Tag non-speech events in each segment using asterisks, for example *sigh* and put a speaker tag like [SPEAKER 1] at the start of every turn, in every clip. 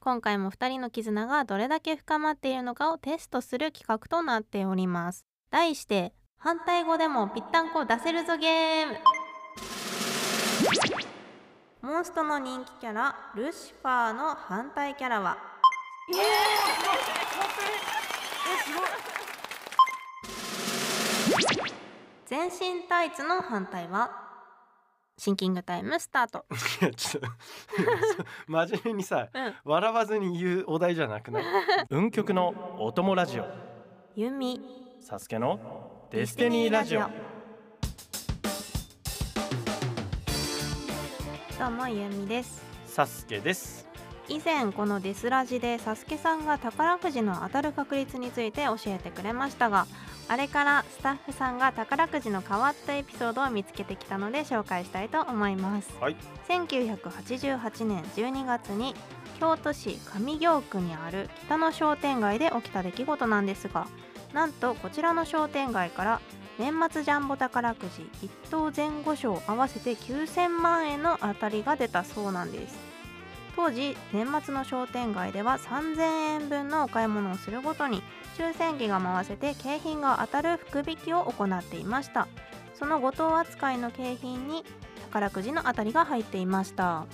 [SPEAKER 1] 今回も2人の絆がどれだけ深まっているのかをテストする企画となっております題して反対語でもぴったんこ出せるぞゲームモンストの人気キャラルシファーの反対キャラは全身タイツの反対はシンキングタイムスタート、
[SPEAKER 2] いやちょっと真面目にさ笑わずに言うお題じゃなくない運極のお供ラジオ
[SPEAKER 1] 弓
[SPEAKER 2] サスケのデスティニーラジオ
[SPEAKER 1] どうもゆみです
[SPEAKER 2] サスケです
[SPEAKER 1] 以前このデスラジでサスケさんが宝くじの当たる確率について教えてくれましたがあれからスタッフさんが宝くじの変わったエピソードを見つけてきたので紹介したいと思います
[SPEAKER 2] はい
[SPEAKER 1] 1988年12月に京都市上京区にある北の商店街で起きた出来事なんですがなんとこちらの商店街から年末ジャンボ宝くじ1等前後賞合わせて9000万円の当たりが出たそうなんです当時年末の商店街では3000円分のお買い物をするごとに抽選機が回せて景品が当たる福引きを行っていましたその5等扱いの景品に宝くじのあたりが入っていました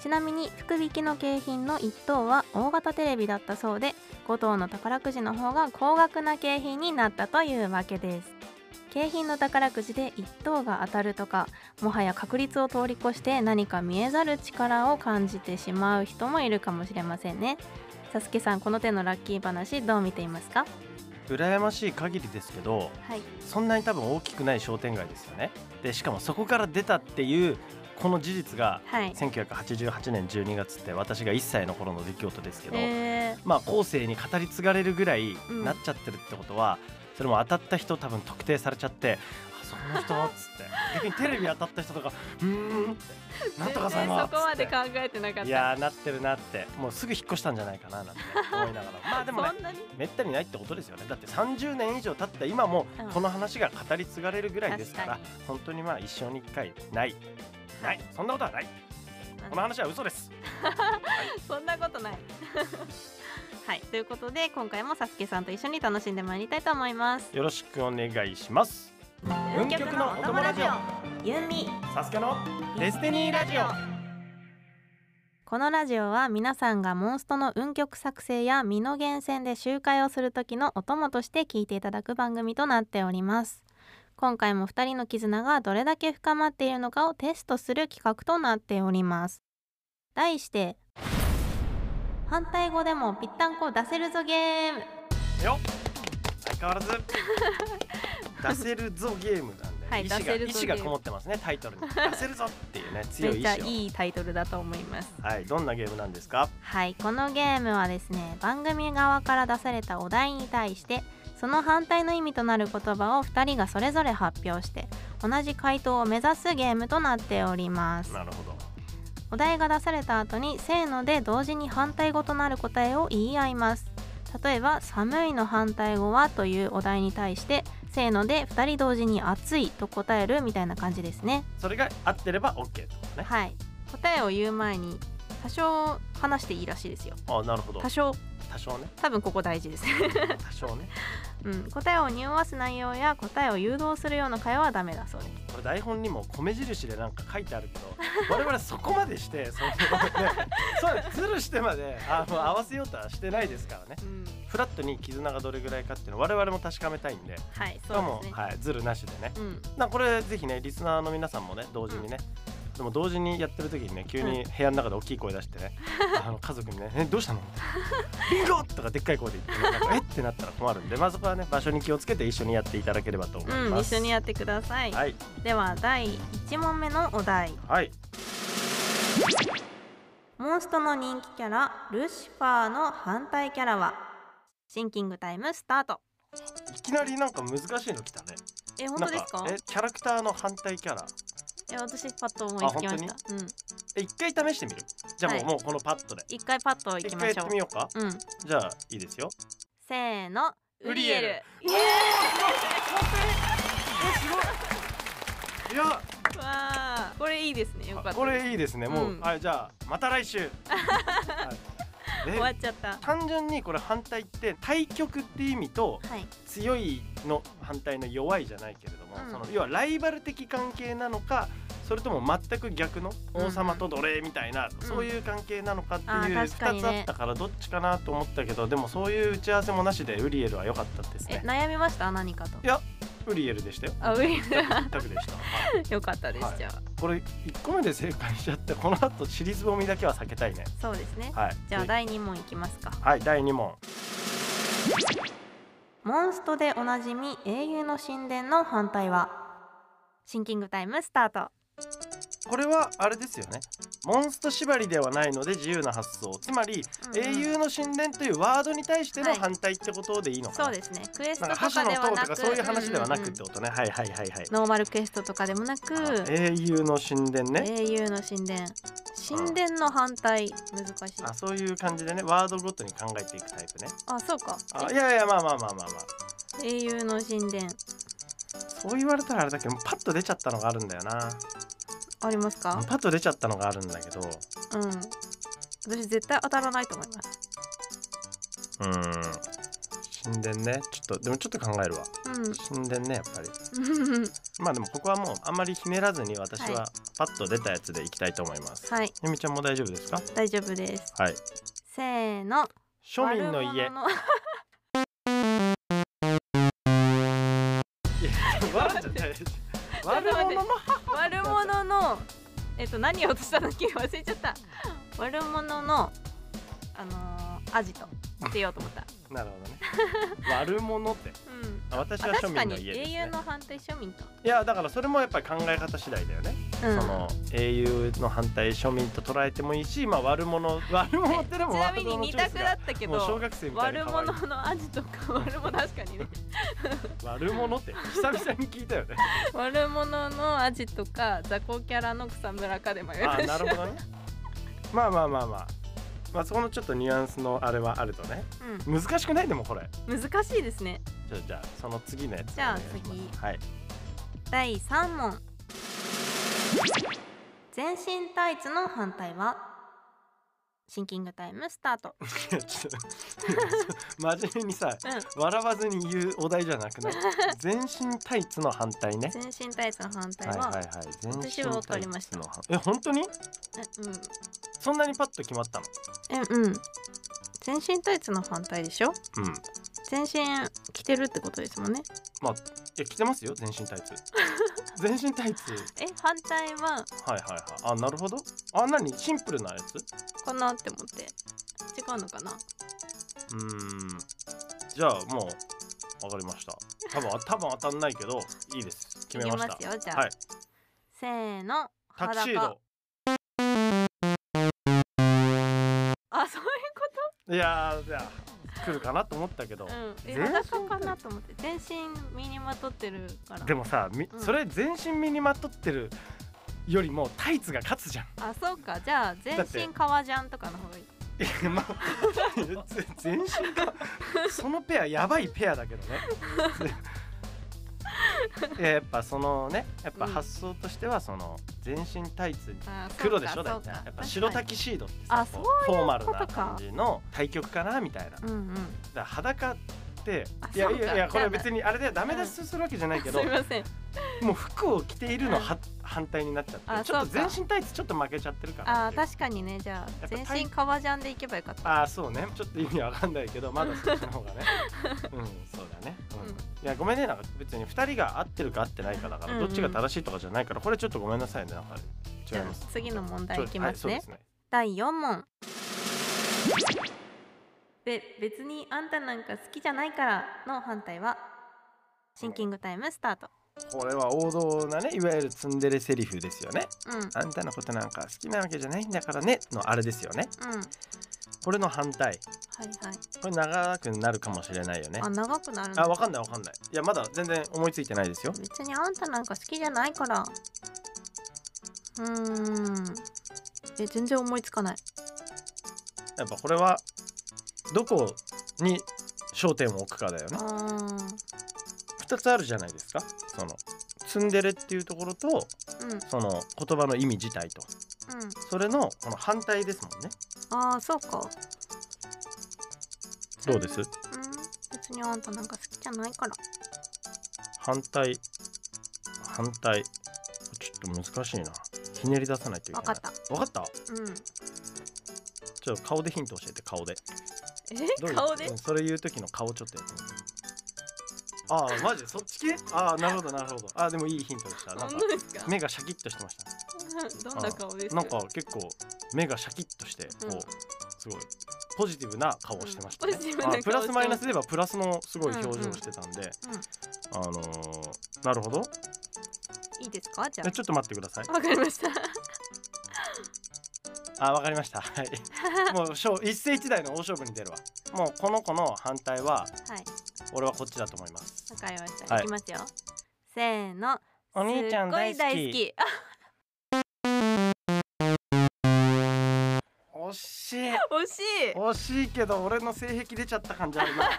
[SPEAKER 1] ちなみに福引きの景品の1等は大型テレビだったそうで5等の宝くじの方が高額な景品になったというわけです景品の宝くじで1等が当たるとかもはや確率を通り越して何か見えざる力を感じてしまう人もいるかもしれませんねさすけさんこの手のラッキー話どう見ていますか
[SPEAKER 2] 羨ましい限りですけど
[SPEAKER 1] はい
[SPEAKER 2] そんなに多分大きくない商店街ですよねでしかもそこから出たっていうこの事実が
[SPEAKER 1] はい
[SPEAKER 2] 1988年12月って私が1歳の頃の出来事ですけど、
[SPEAKER 1] え
[SPEAKER 2] まあ後世に語り継がれるぐらい
[SPEAKER 1] ん
[SPEAKER 2] なっちゃってるってことは、それも当たった人多分特定されちゃって「あそんな人」っつって逆にテレビ当たった人とか「うーん」って「なんとかさま」っつって
[SPEAKER 1] えてなか
[SPEAKER 2] いやーなってるなってもうすぐ引っ越したんじゃないかななんて思いながらまあでもね
[SPEAKER 1] んなに
[SPEAKER 2] めったにないってことですよねだって30年以上経った今も
[SPEAKER 1] うん
[SPEAKER 2] この話が語り継がれるぐらいですから、
[SPEAKER 1] 確か
[SPEAKER 2] 本当にまあ一生に1回ないないそんなことはないこの話は嘘です
[SPEAKER 1] そんなことない。 *laughs* はい、ということで今回もサスケさんと一緒に楽しんでまいりたいと思います。
[SPEAKER 2] よろしくお願いします運極のお供ラジ
[SPEAKER 1] オユンミ
[SPEAKER 2] サスケのデスティニーラジオ
[SPEAKER 1] このラジオは皆さんがモンストの運曲作成や身の源泉で集会をする時のお供として聞いていただく番組となっております今回も2人の絆がどれだけ深まっているのかをテストする企画となっております題して反対語でもぴったんこ出せるぞゲーム
[SPEAKER 2] よ相変わ
[SPEAKER 1] *laughs*
[SPEAKER 2] らず出せるぞゲームなんで、
[SPEAKER 1] はい
[SPEAKER 2] 意志
[SPEAKER 1] 出
[SPEAKER 2] が
[SPEAKER 1] せる
[SPEAKER 2] 意
[SPEAKER 1] ぞ
[SPEAKER 2] 志
[SPEAKER 1] ゲーム
[SPEAKER 2] がこもってますねタ
[SPEAKER 1] *laughs*
[SPEAKER 2] イトルに出せるぞっていうね強
[SPEAKER 1] め
[SPEAKER 2] い
[SPEAKER 1] っ
[SPEAKER 2] 意
[SPEAKER 1] ちゃ
[SPEAKER 2] 志を
[SPEAKER 1] いいタイトルだと思います
[SPEAKER 2] はいどんなゲームなんですか
[SPEAKER 1] はいこのゲームはですね番組側から出されたお題に対してその反対の意味となる言葉を2人がそれぞれ発表して同じ回答を目指すゲームとなっております
[SPEAKER 2] なるほど
[SPEAKER 1] お題が出された後にせーので同時に反対語となる答えを言い合います例えば「寒い」の反対語はというお題に対してせーので2人同時に「暑い」と答えるみたいな感じですね
[SPEAKER 2] それが合ってれば OK ってことね
[SPEAKER 1] はい答えを言う前に多少話していいらしいですよ
[SPEAKER 2] あなるほど
[SPEAKER 1] 多少
[SPEAKER 2] 多少ね
[SPEAKER 1] 多分ここ大事です
[SPEAKER 2] 多少ね
[SPEAKER 1] うん、答えを匂わす内容や答えを誘導するような会話はダメだそうです。
[SPEAKER 2] これ台本にも米印でなんか書いてあるけど *laughs* 我々そこまでしてその *laughs* ねそうズルしてまであもう合わせようとはしてないですからね
[SPEAKER 1] うん、
[SPEAKER 2] フラットに絆がどれぐらいかっていうのを我々も確かめたいんで
[SPEAKER 1] はい、
[SPEAKER 2] しか
[SPEAKER 1] そう
[SPEAKER 2] も、
[SPEAKER 1] ですね。
[SPEAKER 2] はい、ズルなしでね
[SPEAKER 1] うん、
[SPEAKER 2] なこれぜひねリスナーの皆さんもね同時にね、でも同時にやってる時にね急に部屋の中で大きい声出して
[SPEAKER 1] *laughs*
[SPEAKER 2] ね、あの家族にね「えどうしたの?」「ビンゴ!」とかでっかい声で言って、ね、なんかえってなったら困るんでまあそこはね場所に気をつけて一緒にやっていただければと思い
[SPEAKER 1] うん、
[SPEAKER 2] ます。
[SPEAKER 1] 一緒にやってください。
[SPEAKER 2] はい、
[SPEAKER 1] では第1問目のお題。
[SPEAKER 2] はい、
[SPEAKER 1] モンストの人気キャラルシファーの反対キャラはシンキングタイムスタート。
[SPEAKER 2] いきなりなんか難しいの来たね。
[SPEAKER 1] え、本当ですか？
[SPEAKER 2] なんかえキャラクターの反対キャラ
[SPEAKER 1] え、私パッと思いつきました。うん、
[SPEAKER 2] え一回試してみるじゃあもう,、
[SPEAKER 1] はい
[SPEAKER 2] もうこのパッドで
[SPEAKER 1] 一回パッと行
[SPEAKER 2] 一
[SPEAKER 1] き
[SPEAKER 2] 回
[SPEAKER 1] ま
[SPEAKER 2] や
[SPEAKER 1] し
[SPEAKER 2] っ
[SPEAKER 1] ょ
[SPEAKER 2] てみようか
[SPEAKER 1] う。うん、
[SPEAKER 2] じゃあいいですよ
[SPEAKER 1] せーの、ウリエル。
[SPEAKER 2] ウリエいや
[SPEAKER 1] わあ、これいいですね。よかった。
[SPEAKER 2] これいいですねもう、
[SPEAKER 1] うん *laughs*
[SPEAKER 2] はいじゃあまた来週、はいえ
[SPEAKER 1] 終わっちゃった
[SPEAKER 2] 単純にこれ反対って対極って意味と
[SPEAKER 1] はい
[SPEAKER 2] 強いの反対の弱いじゃないけれども、
[SPEAKER 1] うん
[SPEAKER 2] その要はライバル的関係なのかそれとも全く逆の
[SPEAKER 1] うん
[SPEAKER 2] 王様と奴隷みたいな、そういう関係なのかって
[SPEAKER 1] あ
[SPEAKER 2] いう
[SPEAKER 1] ー確かに
[SPEAKER 2] 2つ
[SPEAKER 1] ね
[SPEAKER 2] あったからどっちかなと思ったけどでもそういう打ち合わせもなしでウリエルは良かったです
[SPEAKER 1] え
[SPEAKER 2] ね
[SPEAKER 1] 悩みました何かと
[SPEAKER 2] いやウリエルでしたよ
[SPEAKER 1] あウィ
[SPEAKER 2] 一択でした、は
[SPEAKER 1] *laughs*
[SPEAKER 2] い
[SPEAKER 1] よかったです、
[SPEAKER 2] はい
[SPEAKER 1] じゃあ
[SPEAKER 2] これ1個目で正解しちゃってこの後尻つぼみだけは避けたいね
[SPEAKER 1] そうですね
[SPEAKER 2] はい
[SPEAKER 1] じゃあ
[SPEAKER 2] で
[SPEAKER 1] 第2問いきますか
[SPEAKER 2] はい第2問
[SPEAKER 1] モンストでおなじみ英雄の神殿の反対はシンキングタイムスタート
[SPEAKER 2] これはあれですよねモンスト縛りではないので自由な発想つまり、
[SPEAKER 1] うんうん
[SPEAKER 2] 英雄の神殿というワードに対しての
[SPEAKER 1] はい
[SPEAKER 2] 反対ってことでいいのかな、
[SPEAKER 1] そうですねクエスト
[SPEAKER 2] なん
[SPEAKER 1] と
[SPEAKER 2] か覇
[SPEAKER 1] か
[SPEAKER 2] 者の
[SPEAKER 1] では
[SPEAKER 2] 塔
[SPEAKER 1] な
[SPEAKER 2] と
[SPEAKER 1] く
[SPEAKER 2] かそういう話ではな
[SPEAKER 1] う
[SPEAKER 2] く
[SPEAKER 1] ん
[SPEAKER 2] っ
[SPEAKER 1] うん
[SPEAKER 2] てことね、はいはいはいはい
[SPEAKER 1] ノーマルクエストとかでもなく
[SPEAKER 2] 英雄の神殿ね、
[SPEAKER 1] 英雄の神殿神殿の反対難しい
[SPEAKER 2] あそういう感じでねワードごとに考えていくタイプね
[SPEAKER 1] あそうか
[SPEAKER 2] あいやいやまあまあまあまあまあ
[SPEAKER 1] え英雄の神殿
[SPEAKER 2] そう言われたらあれだけどパッと出ちゃったのがあるんだよな
[SPEAKER 1] ありますか
[SPEAKER 2] パッと出ちゃったのがあるんだけどう
[SPEAKER 1] うん私絶対当たらないと思います
[SPEAKER 2] ーん神殿ねちょっとでもちょっと考えるわ神殿ねやっぱり
[SPEAKER 1] うん
[SPEAKER 2] まあでもここはもうあんまりひねらずに私
[SPEAKER 1] は
[SPEAKER 2] はパッと出たやつでいきたいと思いま
[SPEAKER 1] *laughs*
[SPEAKER 2] す。
[SPEAKER 1] はい
[SPEAKER 2] ゆみちゃんも大丈夫ですか？
[SPEAKER 1] 大丈夫です
[SPEAKER 2] はい。
[SPEAKER 1] せーの
[SPEAKER 2] 庶民の家。
[SPEAKER 1] 悪者の
[SPEAKER 2] 悪者じゃない悪者の
[SPEAKER 1] *laughs* 悪者のえっと何を落としたのっけ忘れちゃった悪者のあのーアジトって言おうと思った、
[SPEAKER 2] なるほどね。悪者って。
[SPEAKER 1] うん、
[SPEAKER 2] あ私
[SPEAKER 1] あ
[SPEAKER 2] は庶
[SPEAKER 1] 確か
[SPEAKER 2] 民
[SPEAKER 1] に
[SPEAKER 2] の家です
[SPEAKER 1] 英
[SPEAKER 2] ね
[SPEAKER 1] 雄。の反対庶民と、
[SPEAKER 2] いやだからそれもやっぱり考え方次第だよね。
[SPEAKER 1] うん、
[SPEAKER 2] その英雄の反対庶民と捉えてもいいし、まあ悪
[SPEAKER 1] *laughs*
[SPEAKER 2] 者悪者ってでも
[SPEAKER 1] ちな
[SPEAKER 2] 悪
[SPEAKER 1] みに
[SPEAKER 2] 者の
[SPEAKER 1] 二
[SPEAKER 2] チョイス
[SPEAKER 1] 択だ
[SPEAKER 2] が
[SPEAKER 1] ったけ
[SPEAKER 2] もう小
[SPEAKER 1] ど
[SPEAKER 2] 学生みたいに
[SPEAKER 1] 悪
[SPEAKER 2] 可愛い
[SPEAKER 1] 者のアジトか悪者確か
[SPEAKER 2] *laughs*
[SPEAKER 1] にね
[SPEAKER 2] 悪者って久々に聞いたよね。
[SPEAKER 1] 悪者のアジトか雑魚キャラの草むらかで迷いま
[SPEAKER 2] あ
[SPEAKER 1] し
[SPEAKER 2] な
[SPEAKER 1] た
[SPEAKER 2] るほどねまあまあまあまあまあそこのちょっとニュアンスのあれはあるとね難しくないでもこれ
[SPEAKER 1] うん、難しいですね
[SPEAKER 2] じゃあじゃあその次のやつ
[SPEAKER 1] じゃあ
[SPEAKER 2] お願いします
[SPEAKER 1] 次
[SPEAKER 2] はい *laughs*
[SPEAKER 1] 第3問全身タイツの反対はシンキングタイムスタート、
[SPEAKER 2] いやちょっと真面目にさ笑わずに言うお題じゃなくない全身タイツの反対ね
[SPEAKER 1] 全身タイツの反対
[SPEAKER 2] は、
[SPEAKER 1] はい
[SPEAKER 2] はいはい全身
[SPEAKER 1] 私は分かりました
[SPEAKER 2] タイツの反え本当にそんなにパッと決まったの
[SPEAKER 1] えうんえうん全身タイツの反対でしょ
[SPEAKER 2] うんい
[SPEAKER 1] 全身着てるってことですもんね
[SPEAKER 2] や着てますよ全身タ
[SPEAKER 1] *laughs*
[SPEAKER 2] イツ全身タイツ
[SPEAKER 1] え反対は
[SPEAKER 2] はいはいはいあなるほどあ何シンプルなやつ
[SPEAKER 1] かなって思って違うのかな
[SPEAKER 2] うーんじゃあもうわかりました多分多分当たんないけどいいです決めました
[SPEAKER 1] いきますよじゃあ、
[SPEAKER 2] はい
[SPEAKER 1] せーの
[SPEAKER 2] タキシード
[SPEAKER 1] あそういうこ
[SPEAKER 2] いやーじゃあ来るかなと思ったけど、
[SPEAKER 1] と、うん、え
[SPEAKER 2] 全身
[SPEAKER 1] 裸かなと思って全身身にまとってるから
[SPEAKER 2] でもさ、み
[SPEAKER 1] うん
[SPEAKER 2] それ全身身にまとってるよりもタイツが
[SPEAKER 1] *laughs*
[SPEAKER 2] 勝つじゃん
[SPEAKER 1] あそうかじゃあ全
[SPEAKER 2] だって
[SPEAKER 1] 身革ジャンとかの方がいい
[SPEAKER 2] いやまあ全身がそのペアやばいペアだけどね
[SPEAKER 1] *laughs*
[SPEAKER 2] いややっぱそのねやっぱ
[SPEAKER 1] うん
[SPEAKER 2] 発想としてはその全身タイツ
[SPEAKER 1] あそうか
[SPEAKER 2] 黒でしょだ
[SPEAKER 1] そう
[SPEAKER 2] って
[SPEAKER 1] か
[SPEAKER 2] やっぱ白タ
[SPEAKER 1] 確
[SPEAKER 2] キシードって
[SPEAKER 1] あ
[SPEAKER 2] さこうフォーマル
[SPEAKER 1] こと
[SPEAKER 2] な
[SPEAKER 1] か
[SPEAKER 2] 感じの対局かなみたいなだ
[SPEAKER 1] かに
[SPEAKER 2] か
[SPEAKER 1] うんうん
[SPEAKER 2] ら裸って
[SPEAKER 1] あ
[SPEAKER 2] いや
[SPEAKER 1] そう
[SPEAKER 2] い
[SPEAKER 1] か
[SPEAKER 2] やいやこれは
[SPEAKER 1] じゃあ
[SPEAKER 2] 別にあれでダメ出しするわけじゃないけど
[SPEAKER 1] すみません *laughs*
[SPEAKER 2] もう服を着ているの
[SPEAKER 1] う
[SPEAKER 2] は反対になっちゃっ
[SPEAKER 1] あ
[SPEAKER 2] てちょっと
[SPEAKER 1] そう
[SPEAKER 2] 全
[SPEAKER 1] か
[SPEAKER 2] 身タイツちょっと負けちゃってるかな
[SPEAKER 1] あ
[SPEAKER 2] っていう
[SPEAKER 1] 確かにねじゃあ
[SPEAKER 2] ぱ
[SPEAKER 1] 全
[SPEAKER 2] 体
[SPEAKER 1] 身革ジャンでいけばよかった
[SPEAKER 2] ああそうねちょっと意味わかんないけどまだそっちの方がね *laughs* うんそうだね、うん
[SPEAKER 1] うん
[SPEAKER 2] いやごめんねなんか別に2人が合ってるか合ってないかだから、
[SPEAKER 1] うんうん
[SPEAKER 2] どっちが正しいとかじゃないからこれちょっとごめんなさいねなんか
[SPEAKER 1] じ
[SPEAKER 2] 違い
[SPEAKER 1] ゃあ
[SPEAKER 2] ます
[SPEAKER 1] 次の問題
[SPEAKER 2] ちょ
[SPEAKER 1] いきます
[SPEAKER 2] は
[SPEAKER 1] ね、
[SPEAKER 2] そうですね
[SPEAKER 1] 第4問べ別にあんたなんか好きじゃないからの反対はシンキングタイムスタート
[SPEAKER 2] これは王道なねいわゆるツンデレセリフですよね
[SPEAKER 1] うん
[SPEAKER 2] あんたのことなんか好きなわけじゃないんだからねのあれですよね
[SPEAKER 1] うんはい
[SPEAKER 2] これの反対
[SPEAKER 1] はい
[SPEAKER 2] これ長くなるかもしれないよね
[SPEAKER 1] あ長くなるんだ
[SPEAKER 2] あわかんないわかんないいやまだ全然思いついてないですよ
[SPEAKER 1] 別にあんたなんか好きじゃないからうーんえ全然思いつかない
[SPEAKER 2] やっぱこれはどこに焦点を置くかだよ
[SPEAKER 1] あ
[SPEAKER 2] ね
[SPEAKER 1] ー
[SPEAKER 2] 2つあるじゃないですかそのツンデレっていうところと
[SPEAKER 1] うんうん
[SPEAKER 2] その言葉の意味自体とそれのこの反対ですもんね
[SPEAKER 1] あーそうか
[SPEAKER 2] どうです
[SPEAKER 1] うん別にあんたなんか好きじゃないから
[SPEAKER 2] 反対反対ちょっと難しいなひねり出さないといけ
[SPEAKER 1] 分
[SPEAKER 2] ない
[SPEAKER 1] かった
[SPEAKER 2] わかった
[SPEAKER 1] うん
[SPEAKER 2] ちょっと顔でヒント教えて顔でど
[SPEAKER 1] え
[SPEAKER 2] ういう
[SPEAKER 1] 顔で
[SPEAKER 2] うんそれ言う時の顔ちょっとやってみてああマジそっち系ああなるほどなるほどああでもいいヒントでしたなんか
[SPEAKER 1] 本当ですか
[SPEAKER 2] 目がシャキッとしてました
[SPEAKER 1] どんな顔です
[SPEAKER 2] なんか結構目がシャキッとしてこう、
[SPEAKER 1] うん
[SPEAKER 2] すごいポジティブな顔をしてましたね
[SPEAKER 1] うんポジティブな顔
[SPEAKER 2] あプラスマイナスで言えばプラスのすごい表情をしてたんで、
[SPEAKER 1] うんうん
[SPEAKER 2] あのーなるほど
[SPEAKER 1] いいですかじゃ
[SPEAKER 2] えちょっと待ってください
[SPEAKER 1] あわかりました
[SPEAKER 2] あわかりましたはいもう勝一世一代の大勝負に出るわもうこの子の反対は
[SPEAKER 1] はい
[SPEAKER 2] 俺はこっちだと思います
[SPEAKER 1] わかりました、
[SPEAKER 2] はい
[SPEAKER 1] い、きますよせーの
[SPEAKER 2] お兄ちゃん大
[SPEAKER 1] すっごい大
[SPEAKER 2] 好
[SPEAKER 1] 好
[SPEAKER 2] き
[SPEAKER 1] きあ
[SPEAKER 2] 惜し
[SPEAKER 1] 惜
[SPEAKER 2] い
[SPEAKER 1] しい
[SPEAKER 2] 惜しいけど俺の性癖出ちゃった感じあるな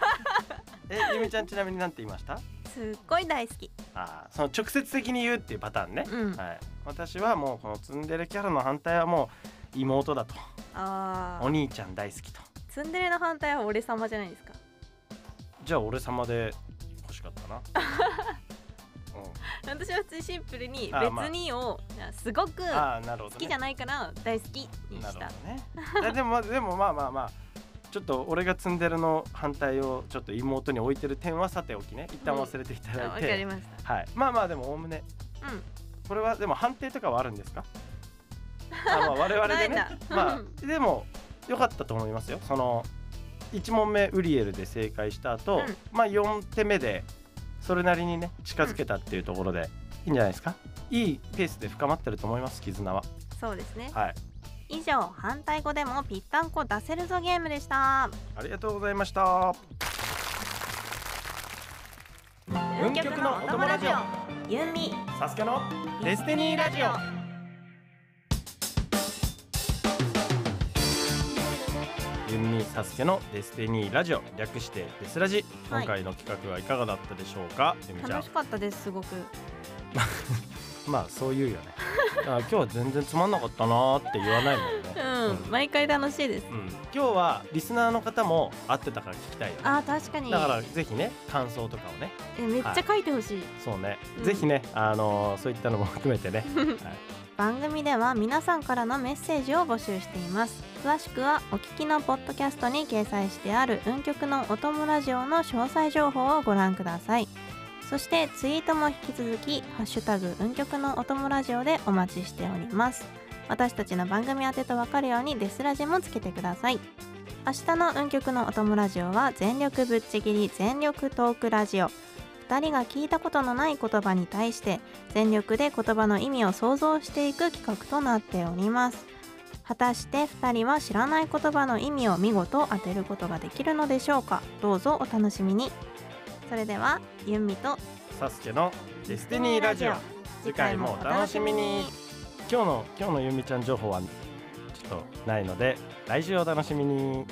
[SPEAKER 2] *laughs* えゆみちゃんちなみに何て言いました
[SPEAKER 1] すっごい大好き
[SPEAKER 2] あーその直接的に言うっていうパターンね、
[SPEAKER 1] うん
[SPEAKER 2] はい、私はもうこのツンデレキャラの反対はもう妹だと
[SPEAKER 1] あ
[SPEAKER 2] お
[SPEAKER 1] ー
[SPEAKER 2] 兄ちゃん大好きと
[SPEAKER 1] ツンデレの反対は俺様じゃないですか
[SPEAKER 2] じゃあ俺様で欲しかった *laughs* な、う
[SPEAKER 1] 私は普通にシンプルに
[SPEAKER 2] あーまあ
[SPEAKER 1] 別にをすごく
[SPEAKER 2] ん、ああなるほど、ね、
[SPEAKER 1] 好きじゃないから大好きに
[SPEAKER 2] な
[SPEAKER 1] し
[SPEAKER 2] るほ
[SPEAKER 1] た
[SPEAKER 2] どね
[SPEAKER 1] *laughs*
[SPEAKER 2] えでもまあでもまあまあまあちょっと俺がツンデレの反対をちょっと妹に置いてる点はさておきね一旦忘れていた
[SPEAKER 1] あ
[SPEAKER 2] だ
[SPEAKER 1] わ
[SPEAKER 2] い
[SPEAKER 1] か
[SPEAKER 2] て、
[SPEAKER 1] りました
[SPEAKER 2] はい、まあまあでもおおむね
[SPEAKER 1] うん
[SPEAKER 2] これはでも判定とかはあるんで
[SPEAKER 1] *laughs*
[SPEAKER 2] すかあまあ我々でね
[SPEAKER 1] ないんだ
[SPEAKER 2] まあでも良かったと思いますよその1問目ウリエルで正解した後、
[SPEAKER 1] うん
[SPEAKER 2] まあ4手目でそれなりにね近づけたっていうところで、いいんじゃないですかいいペースで深まってると思います絆は
[SPEAKER 1] そうですね
[SPEAKER 2] はい
[SPEAKER 1] 以上反対語でもぴったんこ出せるぞゲームでした
[SPEAKER 2] ありがとうございました
[SPEAKER 1] 運極のお供ラジオユンミ
[SPEAKER 2] サスケのデスティニーラジオユンミサスケのデスティニーラジオ略してデスラジ
[SPEAKER 1] はい
[SPEAKER 2] 今回の企画はいかがだったでしょうか、ゆみちゃん
[SPEAKER 1] 楽しかったですすごく
[SPEAKER 2] まあそう言うよね *laughs* あ今日は全然つまんなかったなーって言わないもんね *laughs*
[SPEAKER 1] うん毎回楽しいです
[SPEAKER 2] うん今日はリスナーの方も会ってたから聞きたいよね
[SPEAKER 1] あー確かに
[SPEAKER 2] だからぜひね感想とかをね
[SPEAKER 1] えめっちゃ書いてほしい、
[SPEAKER 2] そうね、
[SPEAKER 1] うん
[SPEAKER 2] ぜひねあのーそういったのも含めて *laughs* ね
[SPEAKER 1] 番組では皆さんからのメッセージを募集しています詳しくはお聞きのポッドキャストに掲載してある運極のお供ラジオの詳細情報をご覧くださいそしてツイートも引き続き「ハッシュタグ運極のお供ラジオ」でお待ちしております私たちの番組宛てと分かるようにデスラジもつけてください明日の運極のお供ラジオは全力ぶっちぎり全力トークラジオ2人が聞いたことのない言葉に対して全力で言葉の意味を想像していく企画となっております果たして2人は知らない言葉の意味を見事当てることができるのでしょうかどうぞお楽しみにそれではユンミと
[SPEAKER 2] サスケのデスティニーラジオ次回もお楽しみに今日の今日のゆみちゃん情報はちょっとないので来週お楽しみに